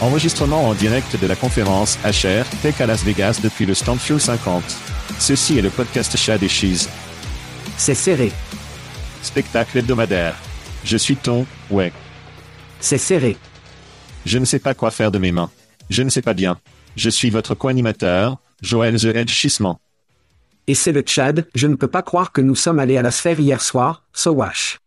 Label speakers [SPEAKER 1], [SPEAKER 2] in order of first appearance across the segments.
[SPEAKER 1] Enregistrement en direct de la conférence HR Tech à Las Vegas depuis le Stand Fuel 50. Ceci est le podcast Chad et Cheese,
[SPEAKER 2] C'est serré.
[SPEAKER 1] spectacle hebdomadaire. Je suis ton, ouais.
[SPEAKER 2] C'est serré.
[SPEAKER 1] Je ne sais pas quoi faire de mes mains. Je ne sais pas bien. Je suis votre co-animateur, Joël The Hedge Chissement.
[SPEAKER 2] Et c'est le Tchad, je ne peux pas croire que nous sommes allés à la sphère hier soir, Sowash.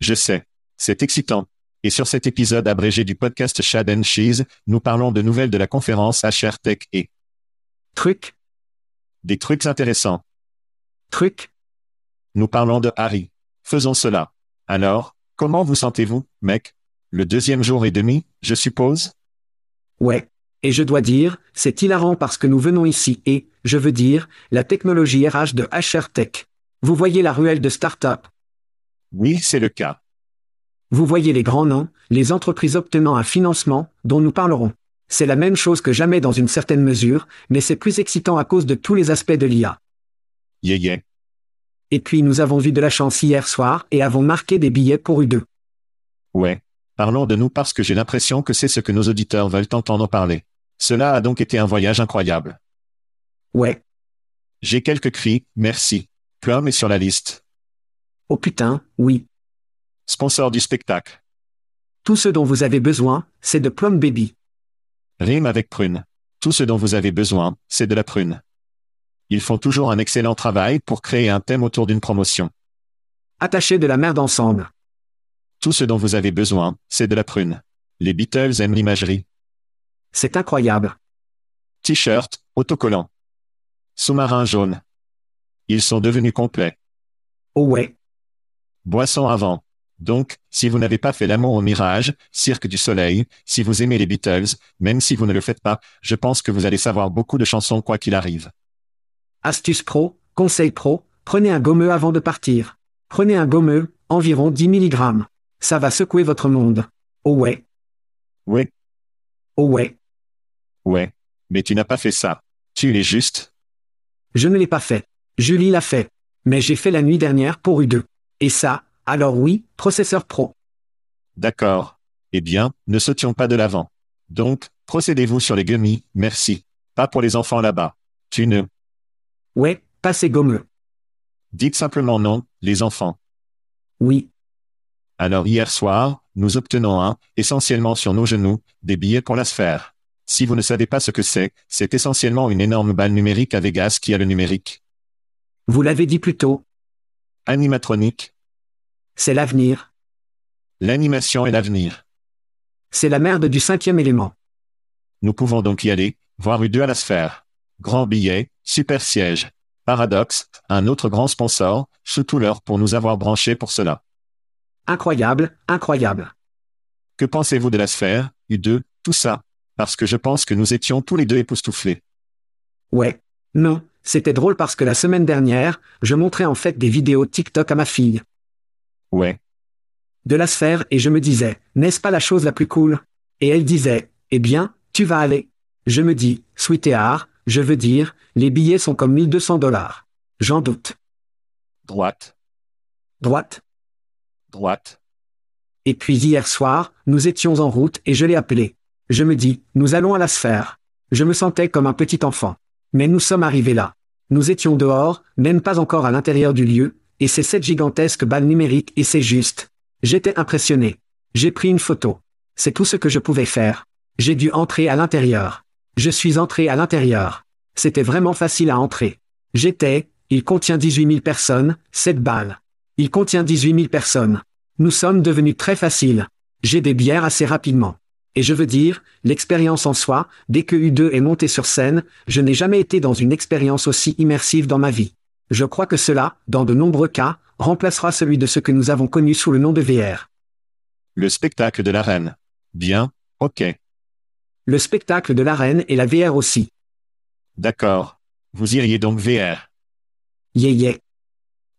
[SPEAKER 1] Je sais. C'est excitant. Et sur cet épisode abrégé du podcast Chad and Cheese, nous parlons de nouvelles de la conférence HR Tech et
[SPEAKER 2] Truc,
[SPEAKER 1] des trucs intéressants.
[SPEAKER 2] truc,
[SPEAKER 1] Nous parlons de Harry. Faisons cela. Alors, comment vous sentez-vous, mec? Le deuxième jour et demi, je suppose?
[SPEAKER 2] ouais. Et je dois dire, c'est hilarant parce que nous venons ici et, je veux dire, la technologie RH de HR Tech. Vous voyez la ruelle de start-up.
[SPEAKER 1] Oui, c'est le cas.
[SPEAKER 2] Vous voyez les grands noms, les entreprises obtenant un financement, dont nous parlerons. C'est la même chose que jamais dans une certaine mesure, mais c'est plus excitant à cause de tous les aspects de l'IA.
[SPEAKER 1] Yeah, yeah.
[SPEAKER 2] Et puis nous avons vu de la chance hier soir et avons marqué des billets pour U2.
[SPEAKER 1] Ouais. Parlons de nous parce que j'ai l'impression que c'est ce que nos auditeurs veulent entendre parler. Cela a donc été un voyage incroyable.
[SPEAKER 2] Ouais.
[SPEAKER 1] J'ai quelques cris, merci. Plum est sur la liste.
[SPEAKER 2] Oh putain, oui.
[SPEAKER 1] Sponsor du spectacle.
[SPEAKER 2] Tout ce dont vous avez besoin, c'est de Plum Baby.
[SPEAKER 1] Rime avec prune. Tout ce dont vous avez besoin, c'est de la prune. Ils font toujours un excellent travail pour créer un thème autour d'une promotion.
[SPEAKER 2] Attachez de la merde ensemble.
[SPEAKER 1] Tout ce dont vous avez besoin, c'est de la prune. Les Beatles aiment l'imagerie.
[SPEAKER 2] C'est incroyable.
[SPEAKER 1] T-shirt, autocollant. Sous-marin jaune. Ils sont devenus complets.
[SPEAKER 2] Oh ouais.
[SPEAKER 1] Boisson avant. Donc, si vous n'avez pas fait l'amour au mirage, cirque du soleil, si vous aimez les Beatles, même si vous ne le faites pas, je pense que vous allez savoir beaucoup de chansons quoi qu'il arrive.
[SPEAKER 2] Astuce pro, conseil pro, prenez un gommeux avant de partir. Prenez un gommeux, environ 10 mg. Ça va secouer votre monde. Oh ouais,
[SPEAKER 1] Ouais,
[SPEAKER 2] oh ouais.
[SPEAKER 1] ouais. Mais tu n'as pas fait ça. Tu es juste.
[SPEAKER 2] Je ne l'ai pas fait. Julie l'a fait. Mais j'ai fait la nuit dernière pour U2. Et ça, alors oui, processeur pro.
[SPEAKER 1] D'accord. Eh bien, ne sautions pas de l'avant. Donc, procédez-vous sur les gummies, merci. Pas pour les enfants là-bas. Tu ne.
[SPEAKER 2] Ouais, passez gommeux.
[SPEAKER 1] Dites simplement non, les enfants.
[SPEAKER 2] Oui,
[SPEAKER 1] Alors hier soir, nous obtenons un, essentiellement sur nos genoux, des billets pour la sphère. Si vous ne savez pas ce que c'est, c'est essentiellement une énorme balle numérique à Vegas qui a le numérique.
[SPEAKER 2] vous l'avez dit plus tôt,
[SPEAKER 1] Animatronique,
[SPEAKER 2] c'est l'avenir.
[SPEAKER 1] l'animation est l'avenir.
[SPEAKER 2] C'est la merde du cinquième élément.
[SPEAKER 1] Nous pouvons donc y aller, voir U2 à la sphère. Grand billet, super siège. Paradox, un autre grand sponsor, sous tout l'heure pour nous avoir branchés pour cela.
[SPEAKER 2] Incroyable, incroyable.
[SPEAKER 1] Que pensez-vous de la sphère, U2, tout ça Parce que je pense que nous étions tous les deux époustouflés.
[SPEAKER 2] Ouais. Non, c'était drôle parce que la semaine dernière, je montrais en fait des vidéos TikTok à ma fille.
[SPEAKER 1] Ouais.
[SPEAKER 2] De la sphère et je me disais, n'est-ce pas la chose la plus cool Et elle disait, eh bien, tu vas aller. Je me dis, sweetheart, je veux dire, les billets sont comme 1200 dollars. J'en doute.
[SPEAKER 1] Droite,
[SPEAKER 2] Droite.
[SPEAKER 1] droite,
[SPEAKER 2] Et puis hier soir, nous étions en route et je l'ai appelé. Je me dis, nous allons à la sphère. Je me sentais comme un petit enfant. Mais nous sommes arrivés là. Nous étions dehors, même pas encore à l'intérieur du lieu, et c'est cette gigantesque balle numérique et c'est juste. J'étais impressionné. J'ai pris une photo. C'est tout ce que je pouvais faire. J'ai dû entrer à l'intérieur. Je suis entré à l'intérieur. C'était vraiment facile à entrer. J'étais, il contient 18 000 personnes, cette balle. Il contient 18 000 personnes. Nous sommes devenus très faciles. J'ai des bières assez rapidement. Et je veux dire, l'expérience en soi, dès que U2 est monté sur scène, je n'ai jamais été dans une expérience aussi immersive dans ma vie. Je crois que cela, dans de nombreux cas, remplacera celui de ce que nous avons connu sous le nom de VR.
[SPEAKER 1] le spectacle de la reine. Bien, ok,
[SPEAKER 2] Le spectacle de l'arène et la VR aussi.
[SPEAKER 1] d'accord. Vous iriez donc VR.
[SPEAKER 2] Yeah yeah.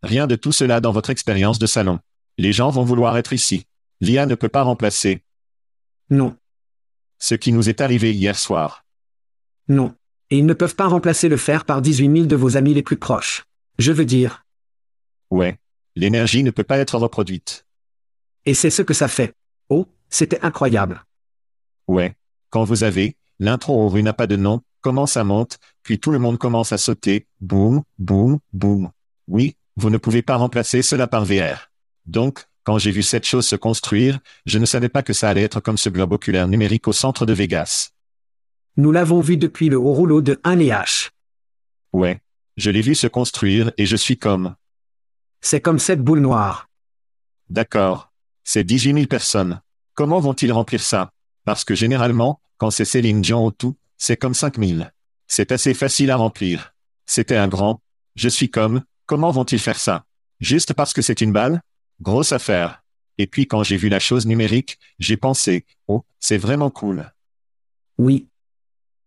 [SPEAKER 1] Rien de tout cela dans votre expérience de salon. Les gens vont vouloir être ici. L'IA ne peut pas remplacer
[SPEAKER 2] Non,
[SPEAKER 1] ce qui nous est arrivé hier soir.
[SPEAKER 2] non. Et ils ne peuvent pas remplacer le fer par 18 000 de vos amis les plus proches. Je veux dire.
[SPEAKER 1] Ouais. L'énergie ne peut pas être reproduite.
[SPEAKER 2] Et c'est ce que ça fait. Oh, c'était incroyable.
[SPEAKER 1] Ouais. Quand vous avez, l'intro aux rues n'a pas de nom, comment ça monte, puis tout le monde commence à sauter, boum, boum, boum. Oui, vous ne pouvez pas remplacer cela par VR. Donc, quand j'ai vu cette chose se construire, je ne savais pas que ça allait être comme ce globe oculaire numérique au centre de Vegas.
[SPEAKER 2] Nous l'avons vu depuis le haut rouleau de 1 et H.
[SPEAKER 1] Ouais. Je l'ai vu se construire et je suis comme,
[SPEAKER 2] C'est comme cette boule noire.
[SPEAKER 1] D'accord. C'est 18 000 personnes. Comment vont-ils remplir ça Parce que généralement, quand c'est Céline Dion ou tout, c'est comme 5 000. C'est assez facile à remplir. C'était un grand. Je suis comme, comment vont-ils faire ça Juste parce que c'est une balle Grosse affaire. Et puis quand j'ai vu la chose numérique, j'ai pensé, oh, c'est vraiment cool.
[SPEAKER 2] Oui,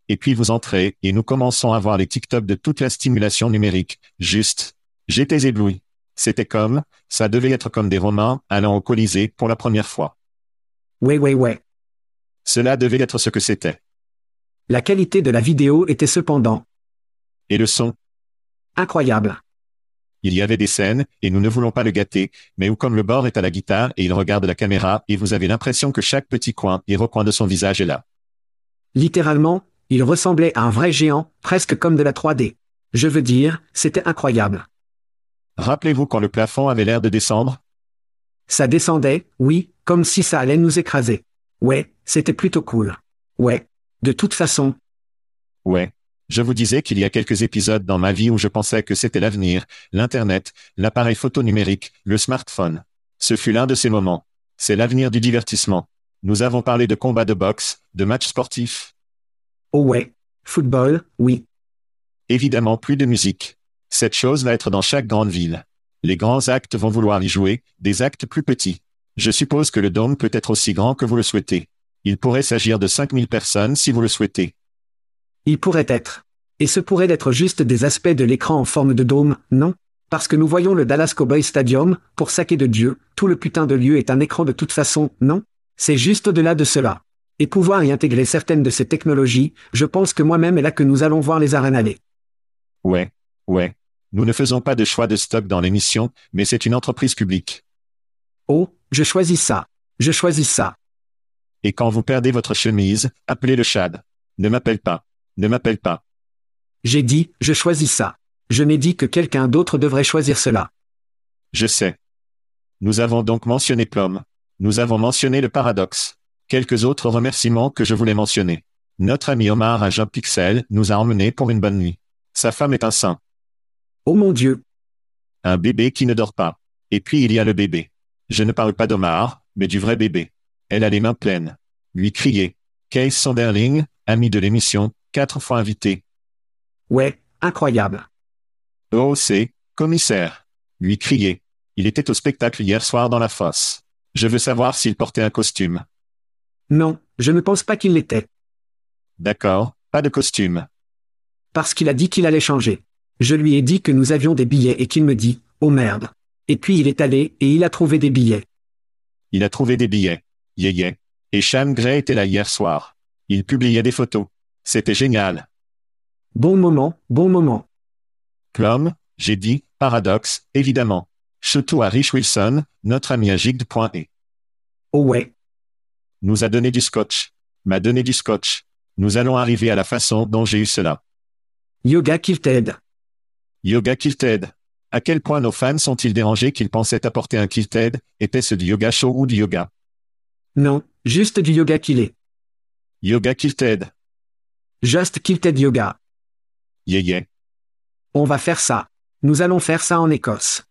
[SPEAKER 1] Et puis vous entrez, et nous commençons à voir les TikTok de toute la stimulation numérique. Juste. J'étais ébloui. C'était comme, ça devait être comme des Romains allant au Colisée pour la première fois.
[SPEAKER 2] ouais ouais ouais.
[SPEAKER 1] Cela devait être ce que c'était.
[SPEAKER 2] La qualité de la vidéo était cependant
[SPEAKER 1] Et le son,
[SPEAKER 2] incroyable.
[SPEAKER 1] il y avait des scènes, et nous ne voulons pas le gâter, mais où comme le bord est à la guitare et il regarde la caméra, et vous avez l'impression que chaque petit coin et recoin de son visage est là.
[SPEAKER 2] Littéralement, il ressemblait à un vrai géant, presque comme de la 3D. Je veux dire, c'était incroyable.
[SPEAKER 1] Rappelez-vous quand le plafond avait l'air de descendre
[SPEAKER 2] Ça descendait, oui, comme si ça allait nous écraser. Ouais, c'était plutôt cool. Ouais. De toute façon,
[SPEAKER 1] Ouais. Je vous disais qu'il y a quelques épisodes dans ma vie où je pensais que c'était l'avenir, l'Internet, l'appareil photo numérique, le smartphone. Ce fut l'un de ces moments. C'est l'avenir du divertissement. Nous avons parlé de combats de boxe, de matchs sportifs,
[SPEAKER 2] oh ouais. Football, oui.
[SPEAKER 1] Évidemment plus de musique. Cette chose va être dans chaque grande ville. Les grands actes vont vouloir y jouer, des actes plus petits. Je suppose que le dôme peut être aussi grand que vous le souhaitez. Il pourrait s'agir de 5000 personnes si vous le souhaitez.
[SPEAKER 2] Il pourrait être. Et ce pourrait être juste des aspects de l'écran en forme de dôme, non Parce que nous voyons le Dallas Cowboy Stadium, pour saquer de Dieu, tout le putain de lieu est un écran de toute façon, non C'est juste au-delà de cela. Et pouvoir y intégrer certaines de ces technologies, je pense que moi-même est là que nous allons voir les arènes aller.
[SPEAKER 1] Ouais, ouais. Nous ne faisons pas de choix de stock dans l'émission, mais c'est une entreprise publique.
[SPEAKER 2] Oh, je choisis ça. Je choisis ça.
[SPEAKER 1] Et quand vous perdez votre chemise, appelez le Chad. Ne m'appelle pas. Ne m'appelle pas.
[SPEAKER 2] J'ai dit, je choisis ça. Je n'ai dit que quelqu'un d'autre devrait choisir cela.
[SPEAKER 1] Je sais. Nous avons donc mentionné Plum. Nous avons mentionné le paradoxe. Quelques autres remerciements que je voulais mentionner. Notre ami Omar à Jean Pixel nous a emmenés pour une bonne nuit. Sa femme est un saint.
[SPEAKER 2] Oh mon Dieu.
[SPEAKER 1] Un bébé qui ne dort pas. Et puis il y a le bébé. Je ne parle pas d'Omar, mais du vrai bébé. Elle a les mains pleines. Lui crier. Case Sonderling, ami de l'émission, quatre fois invité.
[SPEAKER 2] Ouais, incroyable.
[SPEAKER 1] Oh, c'est, commissaire. Lui criait. Il était au spectacle hier soir dans la fosse. Je veux savoir s'il portait un costume.
[SPEAKER 2] Non, je ne pense pas qu'il l'était.
[SPEAKER 1] D'accord, pas de costume.
[SPEAKER 2] Parce qu'il a dit qu'il allait changer. Je lui ai dit que nous avions des billets et qu'il me dit, oh merde. Et puis il est allé et il a trouvé des billets.
[SPEAKER 1] Il a trouvé des billets. Yeah, yeah. Et Sham Gray était là hier soir. Il publiait des photos. C'était génial.
[SPEAKER 2] Bon moment, bon moment.
[SPEAKER 1] Plum, j'ai dit, paradoxe, évidemment. Surtout à Rich Wilson, notre ami à Gigd.e. E.
[SPEAKER 2] Oh ouais.
[SPEAKER 1] Nous a donné du scotch. M'a donné du scotch. Nous allons arriver à la façon dont j'ai eu cela.
[SPEAKER 2] Yoga Kilted.
[SPEAKER 1] Yoga Kilted. À quel point nos fans sont-ils dérangés qu'ils pensaient apporter un Kilted, était-ce du yoga show ou du yoga?
[SPEAKER 2] Non, juste du yoga killé.
[SPEAKER 1] Yoga Kilted.
[SPEAKER 2] Just Kilted Yoga.
[SPEAKER 1] Yeah, yeah.
[SPEAKER 2] On va faire ça. Nous allons faire ça en Écosse.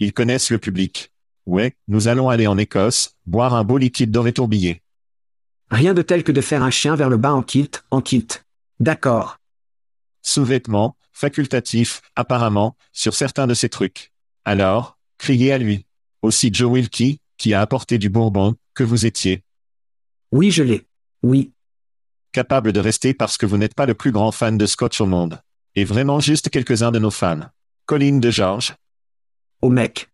[SPEAKER 1] Ils connaissent le public. Ouais, nous allons aller en Écosse, boire un beau liquide doré tourbillé.
[SPEAKER 2] Rien de tel que de faire un chien vers le bas en kilt, en kilt. D'accord.
[SPEAKER 1] Sous-vêtements, facultatif, apparemment, sur certains de ces trucs. Alors, criez à lui. Aussi Joe Wilkie, qui a apporté du bourbon, que vous étiez.
[SPEAKER 2] Oui, je l'ai. Oui.
[SPEAKER 1] Capable de rester parce que vous n'êtes pas le plus grand fan de Scotch au monde. Et vraiment juste quelques-uns de nos fans. Colin de George,
[SPEAKER 2] Oh mec.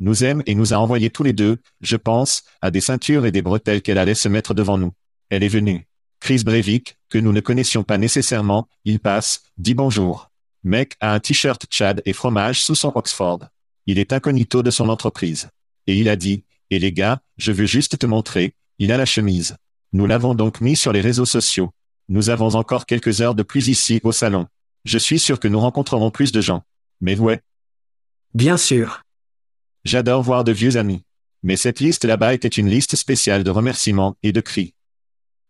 [SPEAKER 1] nous aime et nous a envoyés tous les deux, je pense, à des ceintures et des bretelles qu'elle allait se mettre devant nous. Elle est venue. Chris Breivik, que nous ne connaissions pas nécessairement, il passe, dit bonjour. Mec a un t-shirt Chad et fromage sous son Oxford. Il est incognito de son entreprise. Et il a dit, et les gars, je veux juste te montrer, il a la chemise. Nous l'avons donc mis sur les réseaux sociaux. Nous avons encore quelques heures de plus ici au salon. Je suis sûr que nous rencontrerons plus de gens. Mais ouais,
[SPEAKER 2] Bien sûr.
[SPEAKER 1] j'adore voir de vieux amis. Mais cette liste là-bas était une liste spéciale de remerciements et de cris.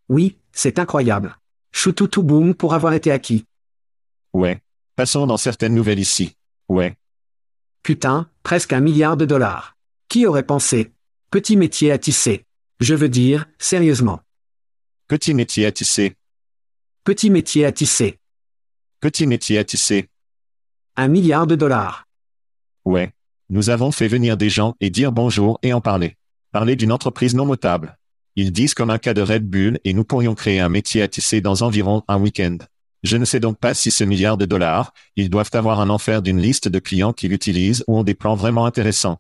[SPEAKER 2] Oui, c'est incroyable. Choutoutou boum pour avoir été acquis.
[SPEAKER 1] Ouais. Passons dans certaines nouvelles ici. Ouais.
[SPEAKER 2] Putain, presque un milliard de dollars. Qui aurait pensé Petit métier à tisser. Je veux dire, sérieusement.
[SPEAKER 1] Petit métier à tisser.
[SPEAKER 2] Petit métier à tisser.
[SPEAKER 1] Petit métier à tisser.
[SPEAKER 2] Un milliard de dollars.
[SPEAKER 1] Ouais. Nous avons fait venir des gens et dire bonjour et en parler. Parler d'une entreprise non notable. Ils disent comme un cas de Red Bull et nous pourrions créer un métier à tisser dans environ un week-end. Je ne sais donc pas si ce milliard de dollars, ils doivent avoir un enfer d'une liste de clients qui l'utilisent ou ont des plans vraiment intéressants.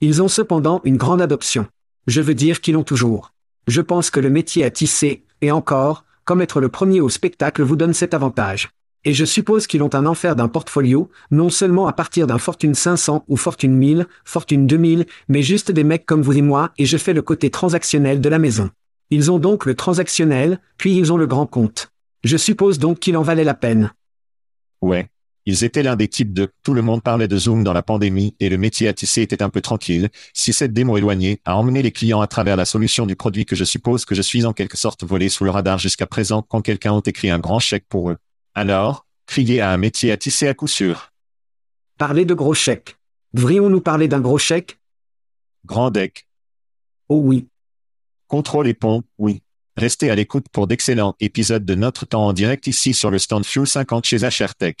[SPEAKER 2] Ils ont cependant une grande adoption. Je veux dire qu'ils l'ont toujours. Je pense que le métier à tisser, et encore, comme être le premier au spectacle vous donne cet avantage. Et je suppose qu'ils ont un enfer d'un portfolio, non seulement à partir d'un Fortune 500 ou Fortune 1000, Fortune 2000, mais juste des mecs comme vous et moi, et je fais le côté transactionnel de la maison. Ils ont donc le transactionnel, puis ils ont le grand compte. Je suppose donc qu'il en valait la peine.
[SPEAKER 1] Ouais. Ils étaient l'un des types de tout le monde parlait de Zoom dans la pandémie et le métier à tisser était un peu tranquille, si cette démo éloignée a emmené les clients à travers la solution du produit que je suppose que je suis en quelque sorte volé sous le radar jusqu'à présent quand quelqu'un ont écrit un grand chèque pour eux. Alors, crier à un métier à tisser à coup sûr.
[SPEAKER 2] Parler de gros chèques. Devrions-nous parler d'un gros chèque
[SPEAKER 1] Grand deck.
[SPEAKER 2] Oh oui.
[SPEAKER 1] Contrôle et pont, oui. Restez à l'écoute pour d'excellents épisodes de notre temps en direct ici sur le stand Fuel 50 chez HR Tech.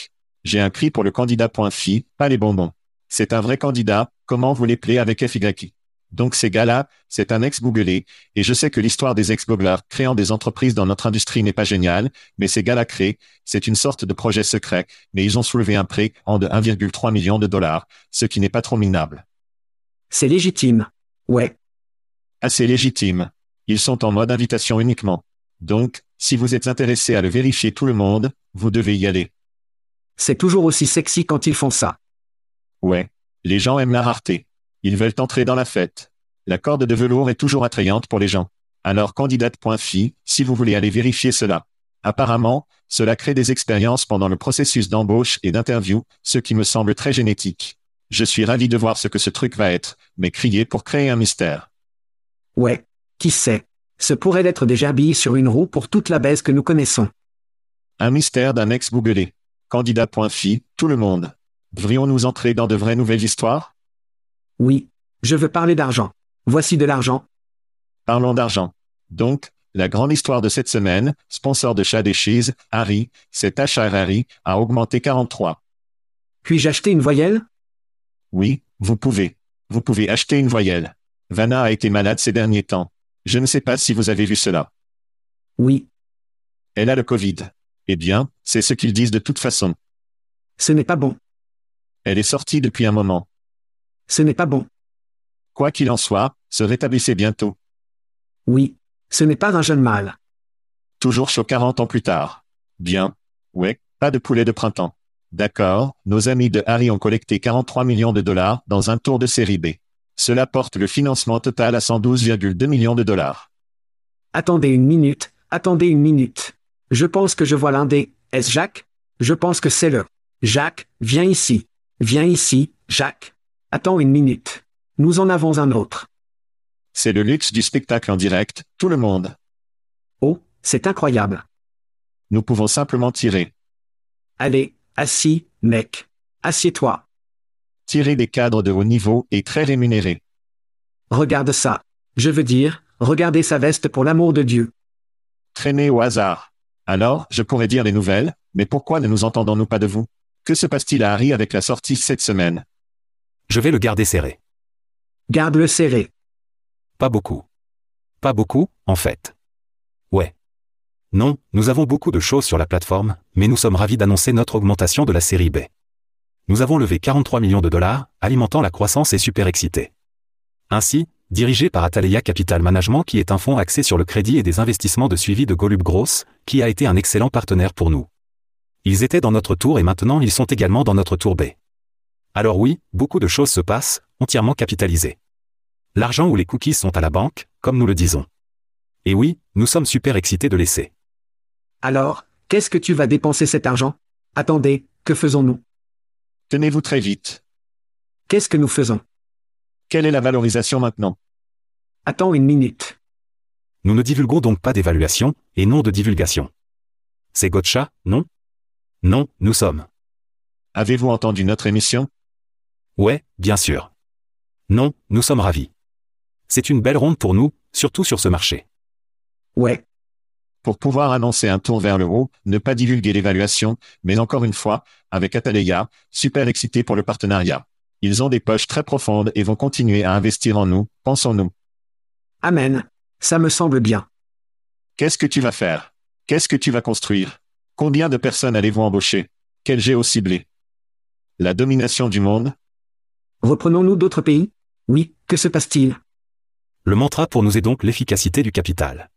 [SPEAKER 1] J'ai un cri pour le candidat.fi, pas les bonbons. C'est un vrai candidat, comment vous les plaît avec FYI. Donc ces gars-là, c'est un ex-googlé, et je sais que l'histoire des ex-googlers créant des entreprises dans notre industrie n'est pas géniale, mais ces gars-là créent, c'est une sorte de projet secret, mais ils ont soulevé un prêt en de 1,3 million de dollars, ce qui n'est pas trop minable.
[SPEAKER 2] C'est légitime. Ouais.
[SPEAKER 1] assez légitime. Ils sont en mode invitation uniquement. Donc, si vous êtes intéressé à le vérifier tout le monde, vous devez y aller.
[SPEAKER 2] C'est toujours aussi sexy quand ils font ça.
[SPEAKER 1] Ouais. Les gens aiment la rareté. Ils veulent entrer dans la fête. La corde de velours est toujours attrayante pour les gens. Alors candidate.fi, si vous voulez aller vérifier cela. Apparemment, cela crée des expériences pendant le processus d'embauche et d'interview, ce qui me semble très génétique. Je suis ravi de voir ce que ce truc va être, mais crier pour créer un mystère.
[SPEAKER 2] Ouais. Qui sait Ce pourrait être des gerbilles sur une roue pour toute la baisse que nous connaissons.
[SPEAKER 1] Un mystère d'un ex-googlé. Candidat.fi, tout le monde. Devrions-nous entrer dans de vraies nouvelles histoires
[SPEAKER 2] Oui. Je veux parler d'argent. Voici de l'argent.
[SPEAKER 1] Parlons d'argent. Donc, la grande histoire de cette semaine, sponsor de Chad et Cheese, Harry, cet HR Harry, a augmenté 43.
[SPEAKER 2] Puis-je acheter une voyelle
[SPEAKER 1] Oui, vous pouvez. Vous pouvez acheter une voyelle. Vanna a été malade ces derniers temps. Je ne sais pas si vous avez vu cela.
[SPEAKER 2] Oui.
[SPEAKER 1] Elle a le Covid. Eh bien, c'est ce qu'ils disent de toute façon.
[SPEAKER 2] Ce n'est pas bon.
[SPEAKER 1] Elle est sortie depuis un moment.
[SPEAKER 2] Ce n'est pas bon.
[SPEAKER 1] Quoi qu'il en soit, se rétablissez bientôt.
[SPEAKER 2] Oui. Ce n'est pas un jeune mâle.
[SPEAKER 1] Toujours chaud 40 ans plus tard. Bien. Ouais, pas de poulet de printemps. D'accord, nos amis de Harry ont collecté 43 millions de dollars dans un tour de série B. Cela porte le financement total à 112,2 millions de dollars.
[SPEAKER 2] Attendez une minute, attendez une minute. Je pense que je vois l'un des. Est-ce Jacques Je pense que c'est le. Jacques, viens ici. Viens ici, Jacques. Attends une minute. Nous en avons un autre.
[SPEAKER 1] C'est le luxe du spectacle en direct, tout le monde.
[SPEAKER 2] Oh, c'est incroyable.
[SPEAKER 1] Nous pouvons simplement tirer.
[SPEAKER 2] Allez, assis, mec. Assieds-toi.
[SPEAKER 1] Tirer des cadres de haut niveau est très rémunéré.
[SPEAKER 2] Regarde ça. Je veux dire, regardez sa veste pour l'amour de Dieu.
[SPEAKER 1] Traîner au hasard. Alors, je pourrais dire des nouvelles, mais pourquoi ne nous entendons-nous pas de vous Que se passe-t-il à Harry avec la sortie cette semaine
[SPEAKER 3] Je vais le garder serré.
[SPEAKER 2] Garde-le serré.
[SPEAKER 3] Pas beaucoup. Pas beaucoup, en fait. Ouais. Non, nous avons beaucoup de choses sur la plateforme, mais nous sommes ravis d'annoncer notre augmentation de la série B. Nous avons levé 43 millions de dollars, alimentant la croissance et super excité. Ainsi, dirigé par Ataleya Capital Management qui est un fonds axé sur le crédit et des investissements de suivi de Golub Gross, qui a été un excellent partenaire pour nous. Ils étaient dans notre tour et maintenant ils sont également dans notre tour B. Alors oui, beaucoup de choses se passent, entièrement capitalisées. L'argent ou les cookies sont à la banque, comme nous le disons. Et oui, nous sommes super excités de laisser.
[SPEAKER 2] Alors, qu'est-ce que tu vas dépenser cet argent Attendez, que faisons-nous
[SPEAKER 1] Tenez-vous très vite.
[SPEAKER 2] Qu'est-ce que nous faisons
[SPEAKER 1] Quelle est la valorisation maintenant
[SPEAKER 2] Attends une minute.
[SPEAKER 3] Nous ne divulguons donc pas d'évaluation, et non de divulgation. C'est Gotcha, non Non, nous sommes.
[SPEAKER 1] Avez-vous entendu notre émission
[SPEAKER 3] Ouais, bien sûr. Non, nous sommes ravis. C'est une belle ronde pour nous, surtout sur ce marché.
[SPEAKER 2] Ouais.
[SPEAKER 1] Pour pouvoir annoncer un tour vers le haut, ne pas divulguer l'évaluation, mais encore une fois, avec Ataleya, super excité pour le partenariat. Ils ont des poches très profondes et vont continuer à investir en nous, pensons-nous.
[SPEAKER 2] Amen. Ça me semble bien.
[SPEAKER 1] Qu'est-ce que tu vas faire Qu'est-ce que tu vas construire Combien de personnes allez-vous embaucher Quel géo ciblé La domination du monde
[SPEAKER 2] Reprenons-nous d'autres pays Oui, que se passe-t-il
[SPEAKER 3] Le mantra pour nous est donc l'efficacité du capital.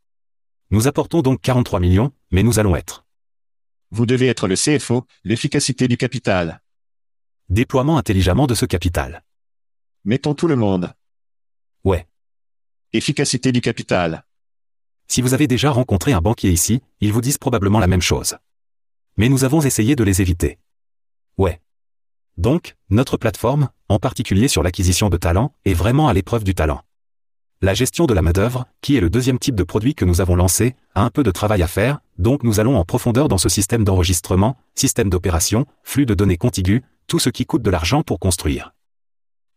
[SPEAKER 3] Nous apportons donc 43 millions, mais nous allons être.
[SPEAKER 1] Vous devez être le CFO, l'efficacité du capital.
[SPEAKER 3] Déploiement intelligemment de ce capital.
[SPEAKER 1] Mettons tout le monde.
[SPEAKER 3] Ouais.
[SPEAKER 1] Efficacité du capital.
[SPEAKER 3] Si vous avez déjà rencontré un banquier ici, ils vous disent probablement la même chose. Mais nous avons essayé de les éviter. Ouais. Donc, notre plateforme, en particulier sur l'acquisition de talents, est vraiment à l'épreuve du talent. La gestion de la main-d'œuvre, qui est le deuxième type de produit que nous avons lancé, a un peu de travail à faire, donc nous allons en profondeur dans ce système d'enregistrement, système d'opération, flux de données contiguës, tout ce qui coûte de l'argent pour construire.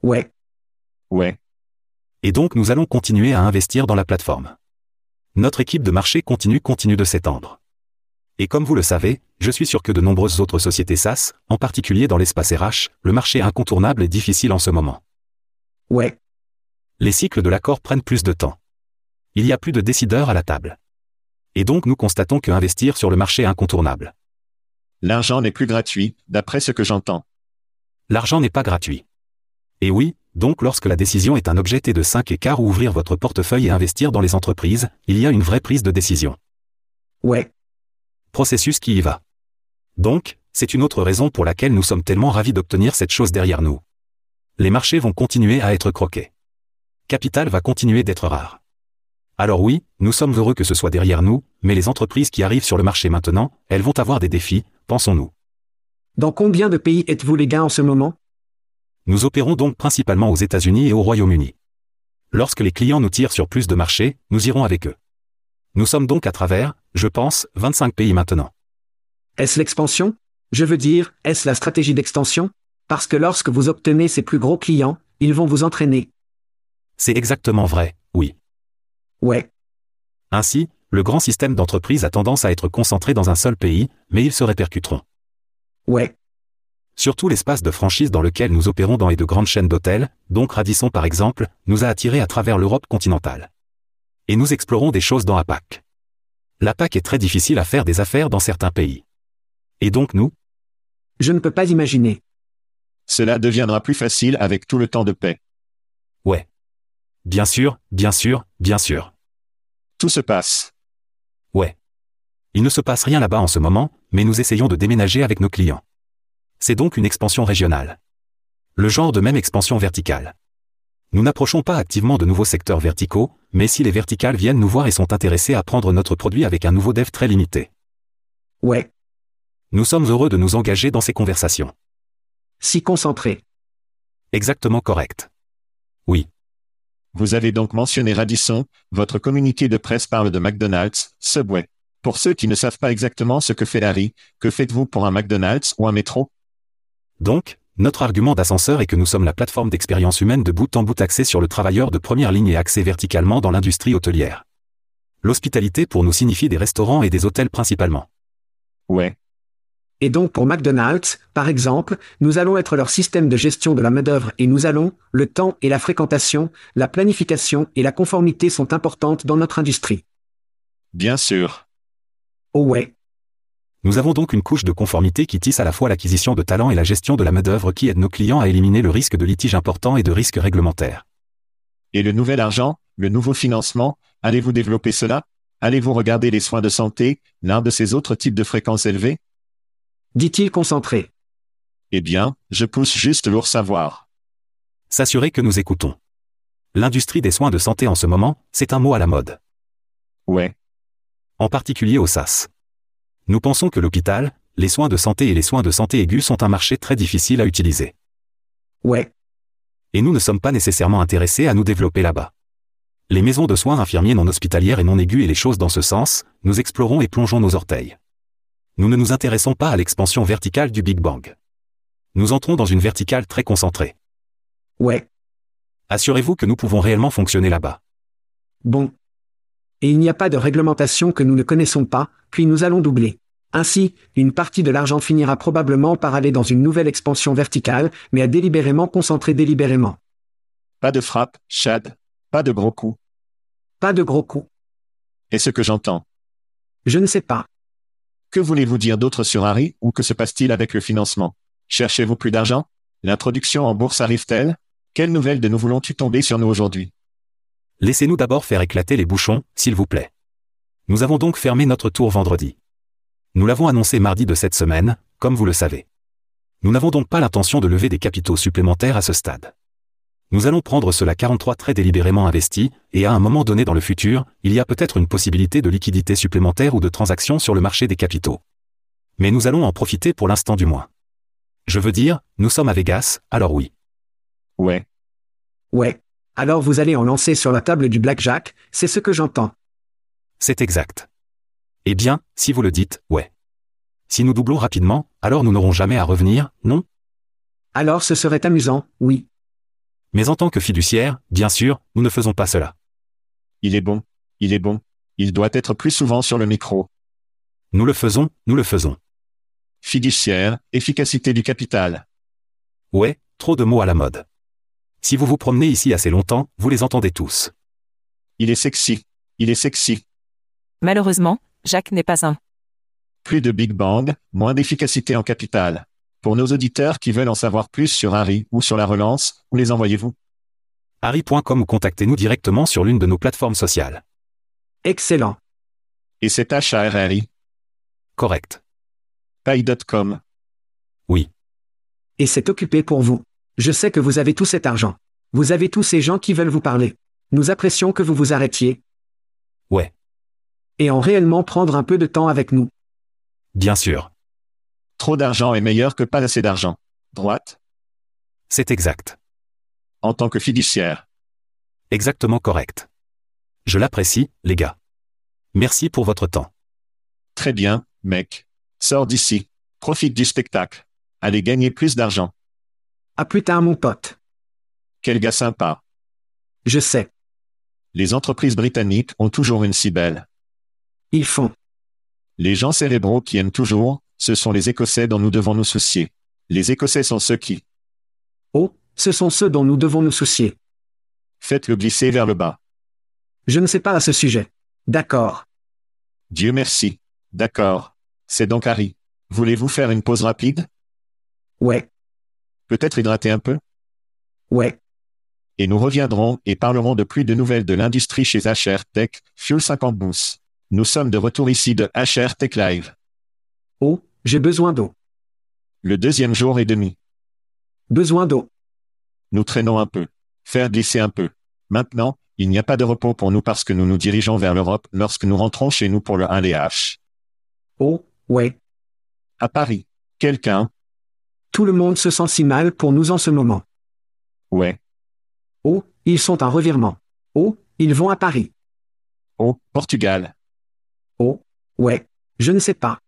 [SPEAKER 2] Ouais.
[SPEAKER 1] Ouais.
[SPEAKER 3] Et donc nous allons continuer à investir dans la plateforme. Notre équipe de marché continue continue de s'étendre. Et comme vous le savez, je suis sûr que de nombreuses autres sociétés SaaS, en particulier dans l'espace RH, le marché incontournable est difficile en ce moment.
[SPEAKER 2] Ouais.
[SPEAKER 3] les cycles de l'accord prennent plus de temps. Il y a plus de décideurs à la table. Et donc nous constatons que investir sur le marché est incontournable.
[SPEAKER 1] L'argent n'est plus gratuit, d'après ce que j'entends.
[SPEAKER 3] L'argent n'est pas gratuit. Et oui, donc lorsque la décision est un objet T de 5 écarts ou ouvrir votre portefeuille et investir dans les entreprises, il y a une vraie prise de décision.
[SPEAKER 2] Ouais.
[SPEAKER 3] Processus qui y va. Donc, c'est une autre raison pour laquelle nous sommes tellement ravis d'obtenir cette chose derrière nous. Les marchés vont continuer à être croqués. Capital va continuer d'être rare. Alors oui, nous sommes heureux que ce soit derrière nous, mais les entreprises qui arrivent sur le marché maintenant, elles vont avoir des défis, pensons-nous.
[SPEAKER 2] Dans combien de pays êtes-vous les gars en ce moment
[SPEAKER 3] Nous opérons donc principalement aux États-Unis et au Royaume-Uni. Lorsque les clients nous tirent sur plus de marchés, nous irons avec eux. Nous sommes donc à travers, je pense, 25 pays maintenant.
[SPEAKER 2] Est-ce l'expansion Je veux dire, est-ce la stratégie d'extension Parce que lorsque vous obtenez ces plus gros clients, ils vont vous entraîner.
[SPEAKER 3] C'est exactement vrai, oui.
[SPEAKER 2] Ouais.
[SPEAKER 3] Ainsi, le grand système d'entreprise a tendance à être concentré dans un seul pays, mais ils se répercuteront.
[SPEAKER 2] Ouais.
[SPEAKER 3] Surtout l'espace de franchise dans lequel nous opérons dans et de grandes chaînes d'hôtels, donc Radisson par exemple, nous a attirés à travers l'Europe continentale. Et nous explorons des choses dans APAC. L'APAC est très difficile à faire des affaires dans certains pays. Et donc nous
[SPEAKER 2] Je ne peux pas imaginer.
[SPEAKER 1] Cela deviendra plus facile avec tout le temps de paix.
[SPEAKER 3] Ouais. Bien sûr, bien sûr, bien sûr.
[SPEAKER 1] Tout se passe.
[SPEAKER 3] Ouais. Il ne se passe rien là-bas en ce moment, mais nous essayons de déménager avec nos clients. C'est donc une expansion régionale. Le genre de même expansion verticale. Nous n'approchons pas activement de nouveaux secteurs verticaux, mais si les verticales viennent nous voir et sont intéressés à prendre notre produit avec un nouveau dev très limité.
[SPEAKER 2] Ouais.
[SPEAKER 3] Nous sommes heureux de nous engager dans ces conversations.
[SPEAKER 2] Si concentré.
[SPEAKER 3] Exactement correct.
[SPEAKER 1] Vous avez donc mentionné Radisson, votre communiqué de presse parle de McDonald's, Subway. Pour ceux qui ne savent pas exactement ce que fait Harry, que faites-vous pour un McDonald's ou un métro
[SPEAKER 3] Donc, notre argument d'ascenseur est que nous sommes la plateforme d'expérience humaine de bout en bout axée sur le travailleur de première ligne et axée verticalement dans l'industrie hôtelière. L'hospitalité pour nous signifie des restaurants et des hôtels principalement.
[SPEAKER 1] Ouais.
[SPEAKER 2] Et donc pour McDonald's, par exemple, nous allons être leur système de gestion de la main-d'œuvre et nous allons, le temps et la fréquentation, la planification et la conformité sont importantes dans notre industrie.
[SPEAKER 1] Bien sûr.
[SPEAKER 2] Oh ouais.
[SPEAKER 3] Nous avons donc une couche de conformité qui tisse à la fois l'acquisition de talents et la gestion de la main-d'œuvre qui aide nos clients à éliminer le risque de litiges importants et de risques réglementaires.
[SPEAKER 1] Et le nouvel argent, le nouveau financement, allez-vous développer cela Allez-vous regarder les soins de santé, l'un de ces autres types de fréquences élevées
[SPEAKER 2] Dit-il concentré.
[SPEAKER 1] Eh bien, je pousse juste pour savoir.
[SPEAKER 3] S'assurer que nous écoutons. L'industrie des soins de santé en ce moment, c'est un mot à la mode.
[SPEAKER 1] Ouais.
[SPEAKER 3] en particulier au SAS. Nous pensons que l'hôpital, les soins de santé et les soins de santé aigus sont un marché très difficile à utiliser.
[SPEAKER 2] Ouais.
[SPEAKER 3] Et nous ne sommes pas nécessairement intéressés à nous développer là-bas. Les maisons de soins infirmiers non hospitalières et non aiguës et les choses dans ce sens, nous explorons et plongeons nos orteils. Nous ne nous intéressons pas à l'expansion verticale du Big Bang. Nous entrons dans une verticale très concentrée.
[SPEAKER 2] Ouais.
[SPEAKER 3] Assurez-vous que nous pouvons réellement fonctionner là-bas.
[SPEAKER 2] Bon. Et il n'y a pas de réglementation que nous ne connaissons pas, puis nous allons doubler. Ainsi, une partie de l'argent finira probablement par aller dans une nouvelle expansion verticale, mais à délibérément concentrer délibérément.
[SPEAKER 1] Pas de frappe, Chad. Pas de gros coups.
[SPEAKER 2] Pas de gros coups.
[SPEAKER 1] Et ce que j'entends
[SPEAKER 2] Je ne sais pas.
[SPEAKER 1] Que voulez-vous dire d'autre sur Harry ou que se passe-t-il avec le financement Cherchez-vous plus d'argent L'introduction en bourse arrive-t-elle Quelle nouvelle de nous voulons-tu tomber sur nous aujourd'hui
[SPEAKER 3] Laissez-nous d'abord faire éclater les bouchons, s'il vous plaît. Nous avons donc fermé notre tour vendredi. Nous l'avons annoncé mardi de cette semaine, comme vous le savez. Nous n'avons donc pas l'intention de lever des capitaux supplémentaires à ce stade. Nous allons prendre cela 43 très délibérément investi, et à un moment donné dans le futur, il y a peut-être une possibilité de liquidité supplémentaire ou de transaction sur le marché des capitaux. Mais nous allons en profiter pour l'instant du moins. Je veux dire, nous sommes à Vegas, alors oui.
[SPEAKER 1] Ouais.
[SPEAKER 2] Ouais. Alors vous allez en lancer sur la table du blackjack, c'est ce que j'entends.
[SPEAKER 3] C'est exact. Eh bien, si vous le dites, ouais. Si nous doublons rapidement, alors nous n'aurons jamais à revenir, non
[SPEAKER 2] Alors ce serait amusant, oui.
[SPEAKER 3] Mais en tant que fiduciaire, bien sûr, nous ne faisons pas cela.
[SPEAKER 1] Il est bon. Il est bon. Il doit être plus souvent sur le micro.
[SPEAKER 3] Nous le faisons, nous le faisons.
[SPEAKER 1] Fiduciaire, efficacité du capital.
[SPEAKER 3] Ouais, trop de mots à la mode. Si vous vous promenez ici assez longtemps, vous les entendez tous.
[SPEAKER 1] Il est sexy. Il est sexy.
[SPEAKER 4] Malheureusement, Jacques n'est pas un.
[SPEAKER 1] Plus de Big Bang, moins d'efficacité en capital. Pour nos auditeurs qui veulent en savoir plus sur Harry ou sur la relance, où les envoyez-vous
[SPEAKER 3] Harry.com ou contactez-nous directement sur l'une de nos plateformes sociales.
[SPEAKER 2] Excellent.
[SPEAKER 1] Et c'est HRRI.
[SPEAKER 3] Correct.
[SPEAKER 1] Pay.com.
[SPEAKER 2] Et c'est occupé pour vous. Je sais que vous avez tout cet argent. Vous avez tous ces gens qui veulent vous parler. Nous apprécions que vous vous arrêtiez.
[SPEAKER 3] Ouais.
[SPEAKER 2] Et en réellement prendre un peu de temps avec nous.
[SPEAKER 3] Bien sûr.
[SPEAKER 1] Trop d'argent est meilleur que pas assez d'argent. Droite.
[SPEAKER 3] C'est exact.
[SPEAKER 1] En tant que fiduciaire.
[SPEAKER 3] Exactement correct. Je l'apprécie, les gars. Merci pour votre temps.
[SPEAKER 1] Très bien, mec. Sors d'ici. Profite du spectacle. Allez gagner plus d'argent.
[SPEAKER 2] À plus tard mon pote.
[SPEAKER 1] Quel gars sympa.
[SPEAKER 2] Je sais.
[SPEAKER 1] Les entreprises britanniques ont toujours une si belle.
[SPEAKER 2] Ils font.
[SPEAKER 1] Les gens cérébraux qui aiment toujours, ce sont les Écossais dont nous devons nous soucier. Les Écossais sont ceux qui.
[SPEAKER 2] Oh, ce sont ceux dont nous devons nous soucier.
[SPEAKER 1] Faites-le glisser vers le bas.
[SPEAKER 2] Je ne sais pas à ce sujet. D'accord.
[SPEAKER 1] Dieu merci. D'accord. C'est donc Harry. Voulez-vous faire une pause rapide
[SPEAKER 2] Ouais,
[SPEAKER 1] Peut-être hydrater un peu
[SPEAKER 2] ouais.
[SPEAKER 1] Et nous reviendrons et parlerons de plus de nouvelles de l'industrie chez HR Tech, Fuel 50 Boost. Nous sommes de retour ici de HR Tech Live.
[SPEAKER 2] Oh, j'ai besoin d'eau.
[SPEAKER 1] Le deuxième jour et demi.
[SPEAKER 2] Besoin d'eau.
[SPEAKER 1] Nous traînons un peu. Faire glisser un peu. Maintenant, il n'y a pas de repos pour nous parce que nous nous dirigeons vers l'Europe lorsque nous rentrons chez nous pour le 1DH.
[SPEAKER 2] Oh, ouais.
[SPEAKER 1] À Paris. Quelqu'un
[SPEAKER 2] Tout le monde se sent si mal pour nous en ce moment.
[SPEAKER 1] Ouais.
[SPEAKER 2] Oh, ils sont un revirement. Oh, ils vont à Paris.
[SPEAKER 1] Oh, Portugal.
[SPEAKER 2] Oh, ouais. Je ne sais pas.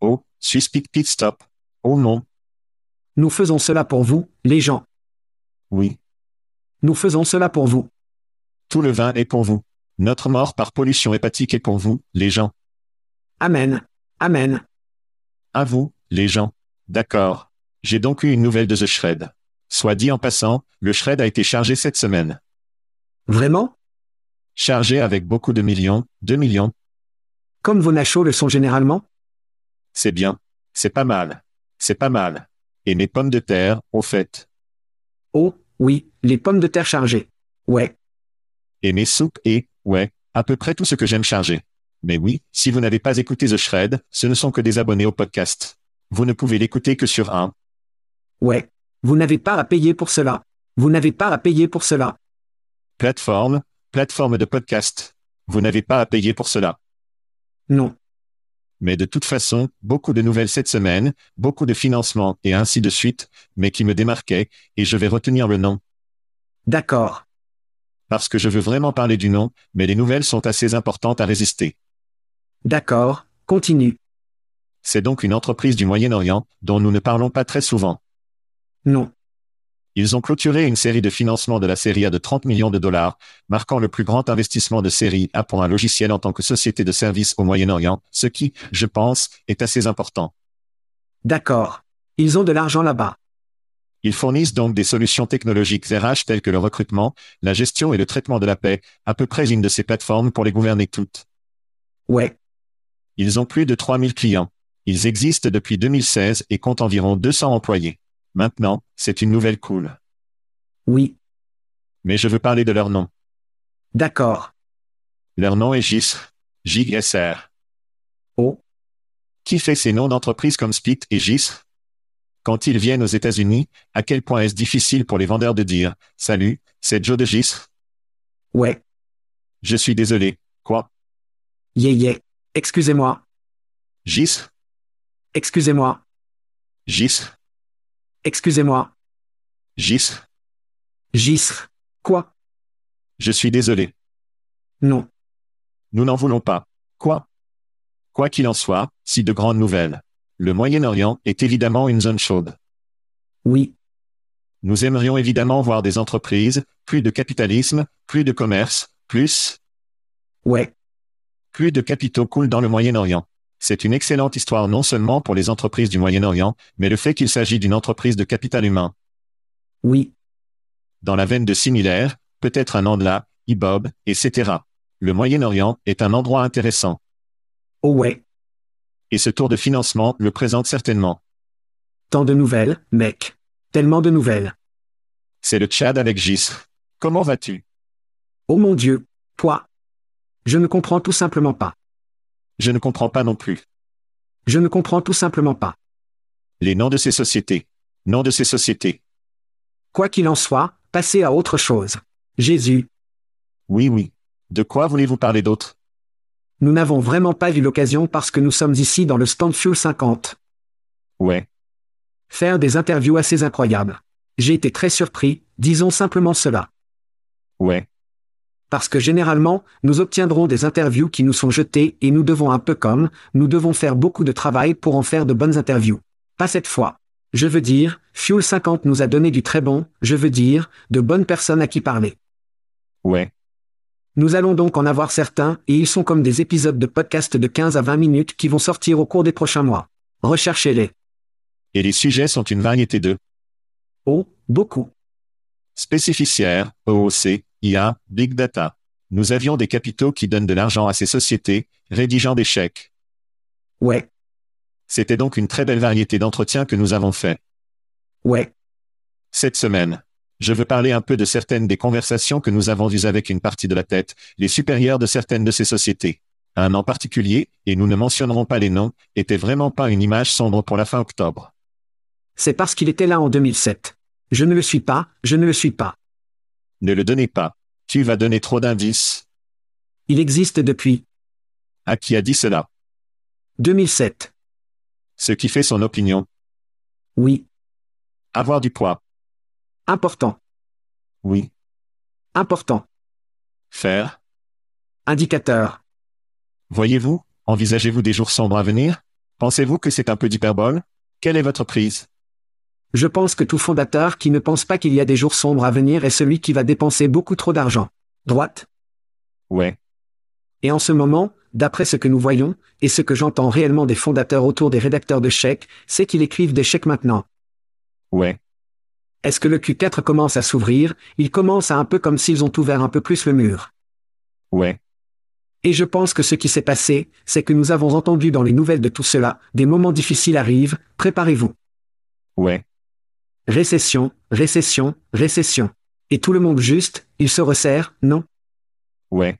[SPEAKER 1] Oh, Suisse Pit Pit Stop. Oh non.
[SPEAKER 2] Nous faisons cela pour vous, les gens.
[SPEAKER 1] Oui.
[SPEAKER 2] Nous faisons cela pour vous.
[SPEAKER 1] Tout le vin est pour vous. Notre mort par pollution hépatique est pour vous, les gens.
[SPEAKER 2] Amen. Amen.
[SPEAKER 1] À vous, les gens. D'accord. J'ai donc eu une nouvelle de The Shred. Soit dit en passant, le Shred a été chargé cette semaine.
[SPEAKER 2] Vraiment
[SPEAKER 1] Chargé avec beaucoup de millions, 2 millions.
[SPEAKER 2] Comme vos nachos le sont généralement
[SPEAKER 1] C'est bien. C'est pas mal. C'est pas mal. Et mes pommes de terre, au fait.
[SPEAKER 2] Oh, oui, les pommes de terre chargées. Ouais.
[SPEAKER 1] Et mes soupes et, ouais, à peu près tout ce que j'aime charger. Mais oui, si vous n'avez pas écouté The Shred, ce ne sont que des abonnés au podcast. Vous ne pouvez l'écouter que sur un.
[SPEAKER 2] Ouais. Vous n'avez pas à payer pour cela. Vous n'avez pas à payer pour cela.
[SPEAKER 1] Plateforme, plateforme de podcast. Vous n'avez pas à payer pour cela.
[SPEAKER 2] Non.
[SPEAKER 1] Mais de toute façon, beaucoup de nouvelles cette semaine, beaucoup de financements et ainsi de suite, mais qui me démarquaient, et je vais retenir le nom,
[SPEAKER 2] D'accord.
[SPEAKER 1] parce que je veux vraiment parler du nom, mais les nouvelles sont assez importantes à résister.
[SPEAKER 2] D'accord. Continue.
[SPEAKER 1] C'est donc une entreprise du Moyen-Orient, dont nous ne parlons pas très souvent.
[SPEAKER 2] Non.
[SPEAKER 1] Ils ont clôturé une série de financements de la série A de 30 millions de dollars, marquant le plus grand investissement de série A pour un logiciel en tant que société de service au Moyen-Orient, ce qui, je pense, est assez important.
[SPEAKER 2] D'accord. Ils ont de l'argent là-bas.
[SPEAKER 1] Ils fournissent donc des solutions technologiques RH telles que le recrutement, la gestion et le traitement de la paix, à peu près une de ces plateformes pour les gouverner toutes.
[SPEAKER 2] Ouais.
[SPEAKER 1] Ils ont plus de 3000 clients. Ils existent depuis 2016 et comptent environ 200 employés. Maintenant, c'est une nouvelle cool.
[SPEAKER 2] Oui.
[SPEAKER 1] Mais je veux parler de leur nom.
[SPEAKER 2] D'accord.
[SPEAKER 1] Leur nom est GIS. JSR.
[SPEAKER 2] Oh.
[SPEAKER 1] Qui fait ces noms d'entreprises comme Spit et GIS? Quand ils viennent aux États-Unis, à quel point est-ce difficile pour les vendeurs de dire, salut, c'est Joe de GIS?
[SPEAKER 2] Ouais.
[SPEAKER 1] Je suis désolé. Quoi?
[SPEAKER 2] Yeah, yeah. Excusez-moi.
[SPEAKER 1] GIS?
[SPEAKER 2] Excusez-moi.
[SPEAKER 1] GIS?
[SPEAKER 2] Excusez-moi.
[SPEAKER 1] GIS?
[SPEAKER 2] Gisre. Quoi
[SPEAKER 1] Je suis désolé.
[SPEAKER 2] Non.
[SPEAKER 1] Nous n'en voulons pas. Quoi? Quoi qu'il en soit, si de grandes nouvelles. Le Moyen-Orient est évidemment une zone chaude.
[SPEAKER 2] Oui.
[SPEAKER 1] Nous aimerions évidemment voir des entreprises, plus de capitalisme, plus de commerce, plus,
[SPEAKER 2] Ouais.
[SPEAKER 1] plus de capitaux coulent dans le Moyen-Orient. C'est une excellente histoire non seulement pour les entreprises du Moyen-Orient, mais le fait qu'il s'agit d'une entreprise de capital humain.
[SPEAKER 2] Oui.
[SPEAKER 1] Dans la veine de similaire, peut-être un Andla, Ibob, etc. Le Moyen-Orient est un endroit intéressant.
[SPEAKER 2] Oh ouais.
[SPEAKER 1] Et ce tour de financement le présente certainement.
[SPEAKER 2] Tant de nouvelles, mec. Tellement de nouvelles.
[SPEAKER 1] C'est le Tchad avec Gis. Comment vas-tu?
[SPEAKER 2] Oh mon Dieu. Quoi Je ne comprends tout simplement pas.
[SPEAKER 1] Je ne comprends pas non plus.
[SPEAKER 2] Je ne comprends tout simplement pas.
[SPEAKER 1] Les noms de ces sociétés. Noms de ces sociétés.
[SPEAKER 2] Quoi qu'il en soit, passez à autre chose. Jésus,
[SPEAKER 1] Oui, oui. De quoi voulez-vous parler d'autre?
[SPEAKER 2] nous n'avons vraiment pas eu l'occasion parce que nous sommes ici dans le stand Fuel 50.
[SPEAKER 1] Ouais.
[SPEAKER 2] Faire des interviews assez incroyables. J'ai été très surpris, disons simplement cela.
[SPEAKER 1] Ouais.
[SPEAKER 2] Parce que généralement, nous obtiendrons des interviews qui nous sont jetées et nous devons un peu comme, nous devons faire beaucoup de travail pour en faire de bonnes interviews. Pas cette fois. Je veux dire, Fuel 50 nous a donné du très bon, je veux dire, de bonnes personnes à qui parler.
[SPEAKER 1] Ouais.
[SPEAKER 2] Nous allons donc en avoir certains et ils sont comme des épisodes de podcast de 15 à 20 minutes qui vont sortir au cours des prochains mois. Recherchez-les.
[SPEAKER 1] Et les sujets sont une variété de
[SPEAKER 2] Oh, beaucoup.
[SPEAKER 1] spécificiaires, OOC, IA, Big Data. Nous avions des capitaux qui donnent de l'argent à ces sociétés, rédigeant des chèques.
[SPEAKER 2] Ouais,
[SPEAKER 1] C'était donc une très belle variété d'entretiens que nous avons fait.
[SPEAKER 2] ouais,
[SPEAKER 1] Cette semaine, je veux parler un peu de certaines des conversations que nous avons eues avec une partie de la tête, les supérieurs de certaines de ces sociétés. Un en particulier, et nous ne mentionnerons pas les noms, était vraiment pas une image sombre pour la fin octobre.
[SPEAKER 2] c'est parce qu'il était là en 2007. Je ne le suis pas, je ne le suis pas.
[SPEAKER 1] Ne le donnez pas. Tu vas donner trop d'indices.
[SPEAKER 2] Il existe depuis
[SPEAKER 1] À qui a dit cela?
[SPEAKER 2] 2007.
[SPEAKER 1] Ce qui fait son opinion.
[SPEAKER 2] Oui,
[SPEAKER 1] Avoir du poids.
[SPEAKER 2] important,
[SPEAKER 1] Oui.
[SPEAKER 2] important.
[SPEAKER 1] Faire.
[SPEAKER 2] Indicateur.
[SPEAKER 1] Voyez-vous, envisagez-vous des jours sombres à venir? Pensez-vous que c'est un peu d'hyperbole? Quelle est votre prise?
[SPEAKER 2] Je pense que tout fondateur qui ne pense pas qu'il y a des jours sombres à venir est celui qui va dépenser beaucoup trop d'argent. Droite.
[SPEAKER 1] Ouais.
[SPEAKER 2] Et en ce moment, d'après ce que nous voyons, et ce que j'entends réellement des fondateurs autour des rédacteurs de chèques, c'est qu'ils écrivent des chèques maintenant.
[SPEAKER 1] Ouais.
[SPEAKER 2] Est-ce que le Q4 commence à s'ouvrir Il commence à un peu comme s'ils ont ouvert un peu plus le mur.
[SPEAKER 1] Ouais.
[SPEAKER 2] Et je pense que ce qui s'est passé, c'est que nous avons entendu dans les nouvelles de tout cela, des moments difficiles arrivent, préparez-vous.
[SPEAKER 1] Ouais.
[SPEAKER 2] Récession, récession, récession. Et tout le monde juste, il se resserre, non
[SPEAKER 1] Ouais.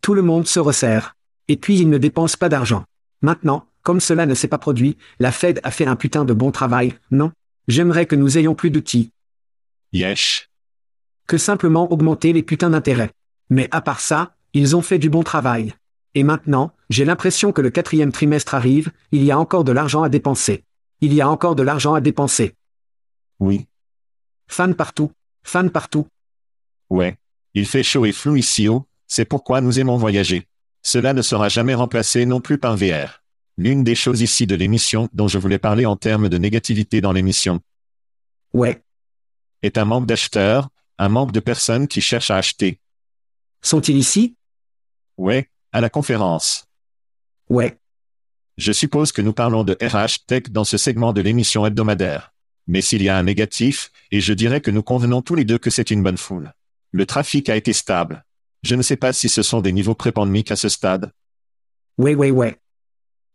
[SPEAKER 2] Tout le monde se resserre. Et puis il ne dépense pas d'argent. Maintenant, comme cela ne s'est pas produit, la Fed a fait un putain de bon travail, non J'aimerais que nous ayons plus d'outils,
[SPEAKER 1] Yesh.
[SPEAKER 2] que simplement augmenter les putains d'intérêts. Mais à part ça, ils ont fait du bon travail. Et maintenant, j'ai l'impression que le quatrième trimestre arrive, il y a encore de l'argent à dépenser. Il y a encore de l'argent à dépenser.
[SPEAKER 1] Oui.
[SPEAKER 2] Fan partout. Fan partout.
[SPEAKER 1] Ouais. Il fait chaud et flou ici haut, c'est pourquoi nous aimons voyager. Cela ne sera jamais remplacé non plus par VR. L'une des choses ici de l'émission dont je voulais parler en termes de négativité dans l'émission
[SPEAKER 2] Ouais.
[SPEAKER 1] est un manque d'acheteurs, un manque de personnes qui cherchent à acheter.
[SPEAKER 2] Sont-ils ici
[SPEAKER 1] Ouais, à la conférence.
[SPEAKER 2] Ouais.
[SPEAKER 1] Je suppose que nous parlons de RH Tech dans ce segment de l'émission hebdomadaire. Mais s'il y a un négatif, et je dirais que nous convenons tous les deux que c'est une bonne foule. Le trafic a été stable. Je ne sais pas si ce sont des niveaux prépandémiques à ce stade,
[SPEAKER 2] Ouais, ouais, ouais.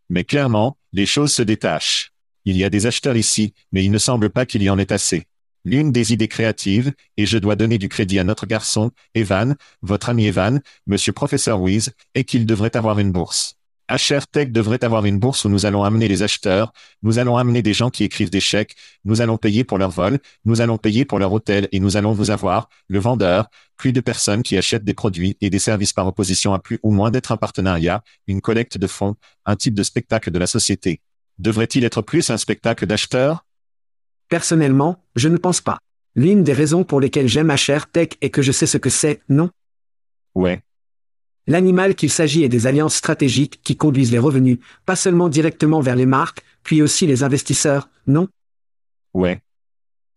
[SPEAKER 1] Mais clairement, les choses se détachent. Il y a des acheteurs ici, mais il ne semble pas qu'il y en ait assez. L'une des idées créatives, et je dois donner du crédit à notre garçon, Evan, votre ami Evan, monsieur professeur Wiz, est qu'il devrait avoir une bourse. HR Tech devrait avoir une bourse où nous allons amener les acheteurs, nous allons amener des gens qui écrivent des chèques, nous allons payer pour leur vol, nous allons payer pour leur hôtel et nous allons vous avoir, le vendeur, plus de personnes qui achètent des produits et des services par opposition à plus ou moins d'être un partenariat, une collecte de fonds, un type de spectacle de la société. Devrait-il être plus un spectacle d'acheteurs
[SPEAKER 2] Personnellement, je ne pense pas. L'une des raisons pour lesquelles j'aime HR Tech est que je sais ce que c'est, non
[SPEAKER 1] Ouais,
[SPEAKER 2] L'animal qu'il s'agit est des alliances stratégiques qui conduisent les revenus, pas seulement directement vers les marques, puis aussi les investisseurs, non
[SPEAKER 1] ouais,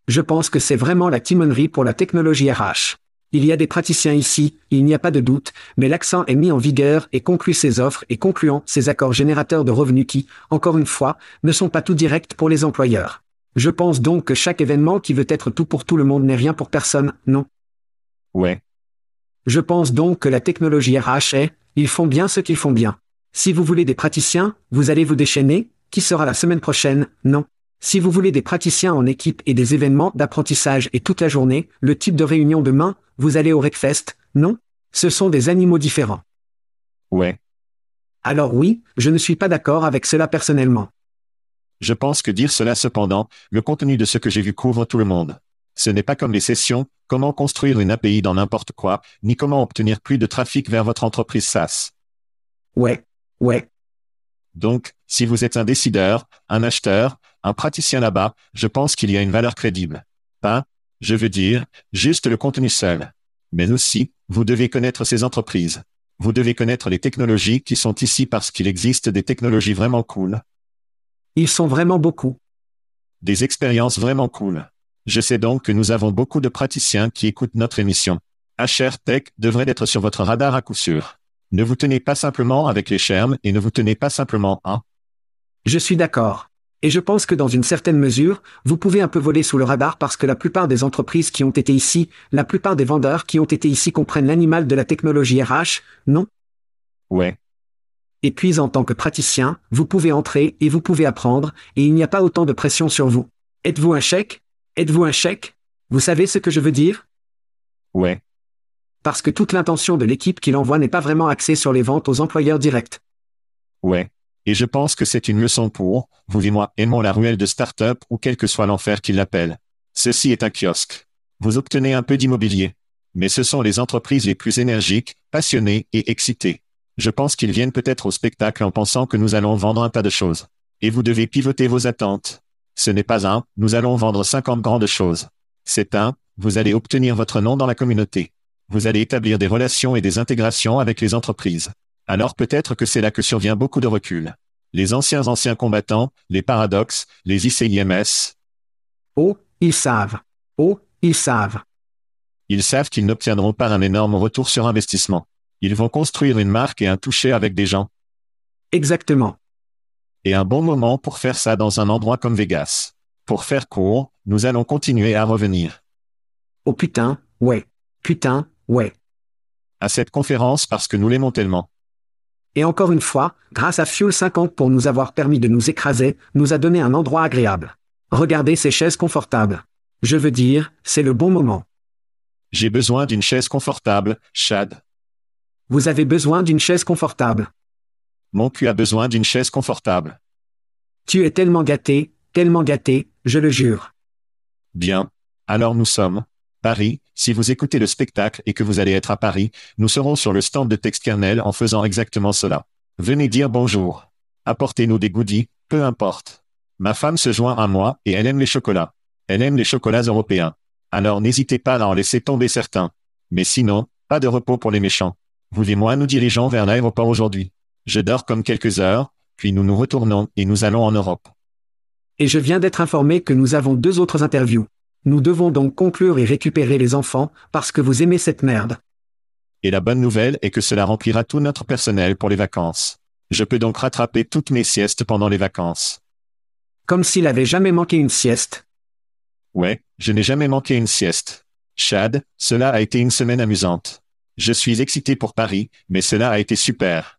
[SPEAKER 2] Je pense que c'est vraiment la timonerie pour la technologie RH. Il y a des praticiens ici, il n'y a pas de doute, mais l'accent est mis en vigueur et conclut ces offres et concluant ces accords générateurs de revenus qui, encore une fois, ne sont pas tout directs pour les employeurs. Je pense donc que chaque événement qui veut être tout pour tout le monde n'est rien pour personne, non.
[SPEAKER 1] ouais,
[SPEAKER 2] Je pense donc que la technologie RH est, ils font bien ce qu'ils font bien. Si vous voulez des praticiens, vous allez vous déchaîner, qui sera la semaine prochaine, non. Si vous voulez des praticiens en équipe et des événements d'apprentissage et toute la journée, le type de réunion demain, vous allez au Recfest, non. Ce sont des animaux différents.
[SPEAKER 1] ouais.
[SPEAKER 2] Alors oui, je ne suis pas d'accord avec cela personnellement.
[SPEAKER 1] Je pense que dire cela cependant, le contenu de ce que j'ai vu couvre tout le monde. Ce n'est pas comme les sessions, comment construire une API dans n'importe quoi, ni comment obtenir plus de trafic vers votre entreprise SaaS.
[SPEAKER 2] Ouais. Ouais.
[SPEAKER 1] Donc, si vous êtes un décideur, un acheteur, un praticien là-bas, je pense qu'il y a une valeur crédible. Pas, je veux dire, juste le contenu seul. Mais aussi, vous devez connaître ces entreprises. Vous devez connaître les technologies qui sont ici parce qu'il existe des technologies vraiment cool,
[SPEAKER 2] Ils sont vraiment beaucoup.
[SPEAKER 1] des expériences vraiment cool. Je sais donc que nous avons beaucoup de praticiens qui écoutent notre émission. HR Tech devrait être sur votre radar à coup sûr. Ne vous tenez pas simplement avec les schermes et ne vous tenez pas simplement à
[SPEAKER 2] Je suis d'accord. Et je pense que dans une certaine mesure, vous pouvez un peu voler sous le radar parce que la plupart des entreprises qui ont été ici, la plupart des vendeurs qui ont été ici comprennent l'animal de la technologie RH, non
[SPEAKER 1] Ouais.
[SPEAKER 2] Et puis en tant que praticien, vous pouvez entrer et vous pouvez apprendre, et il n'y a pas autant de pression sur vous. Êtes-vous un chèque Êtes-vous un chèque Vous savez ce que je veux dire
[SPEAKER 1] Ouais.
[SPEAKER 2] Parce que toute l'intention de l'équipe qui l'envoie n'est pas vraiment axée sur les ventes aux employeurs directs.
[SPEAKER 1] Ouais. Et je pense que c'est une leçon pour, vous et moi, aimons la ruelle de start-up ou quel que soit l'enfer qui l'appelle. Ceci est un kiosque. Vous obtenez un peu d'immobilier. Mais ce sont les entreprises les plus énergiques, passionnées et excitées. Je pense qu'ils viennent peut-être au spectacle en pensant que nous allons vendre un tas de choses. Et vous devez pivoter vos attentes. Ce n'est pas un, nous allons vendre 50 grandes choses. C'est un, vous allez obtenir votre nom dans la communauté. Vous allez établir des relations et des intégrations avec les entreprises. Alors peut-être que c'est là que survient beaucoup de recul. Les anciens anciens combattants, les paradoxes, les ICIMS,
[SPEAKER 2] Oh, ils savent. Oh, ils savent.
[SPEAKER 1] ils savent qu'ils n'obtiendront pas un énorme retour sur investissement. Ils vont construire une marque et un toucher avec des gens.
[SPEAKER 2] Exactement.
[SPEAKER 1] Et un bon moment pour faire ça dans un endroit comme Vegas. Pour faire court, nous allons continuer à revenir
[SPEAKER 2] Oh putain, ouais. Putain, ouais.
[SPEAKER 1] à cette conférence parce que nous l'aimons tellement.
[SPEAKER 2] Et encore une fois, grâce à Fuel 50 pour nous avoir permis de nous écraser, nous a donné un endroit agréable. Regardez ces chaises confortables. Je veux dire, c'est le bon moment.
[SPEAKER 1] J'ai besoin d'une chaise confortable, Chad.
[SPEAKER 2] Vous avez besoin d'une chaise confortable.
[SPEAKER 1] Mon cul a besoin d'une chaise confortable.
[SPEAKER 2] Tu es tellement gâté, tellement gâté, je le jure.
[SPEAKER 1] Bien. Alors nous sommes. Paris, si vous écoutez le spectacle et que vous allez être à Paris, nous serons sur le stand de Textkernel en faisant exactement cela. Venez dire bonjour. Apportez-nous des goodies, peu importe. Ma femme se joint à moi et elle aime les chocolats. Elle aime les chocolats européens. Alors n'hésitez pas à en laisser tomber certains. Mais sinon, pas de repos pour les méchants. Vous et moi nous dirigeons vers l'aéroport aujourd'hui. Je dors comme quelques heures, puis nous nous retournons et nous allons en Europe.
[SPEAKER 2] Et je viens d'être informé que nous avons deux autres interviews. Nous devons donc conclure et récupérer les enfants, parce que vous aimez cette merde.
[SPEAKER 1] Et la bonne nouvelle est que cela remplira tout notre personnel pour les vacances. Je peux donc rattraper toutes mes siestes pendant les vacances.
[SPEAKER 2] Comme s'il avait jamais manqué une sieste.
[SPEAKER 1] Ouais, je n'ai jamais manqué une sieste. Chad, cela a été une semaine amusante. Je suis excité pour Paris, mais cela a été super.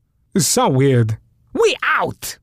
[SPEAKER 5] It's so weird. We out!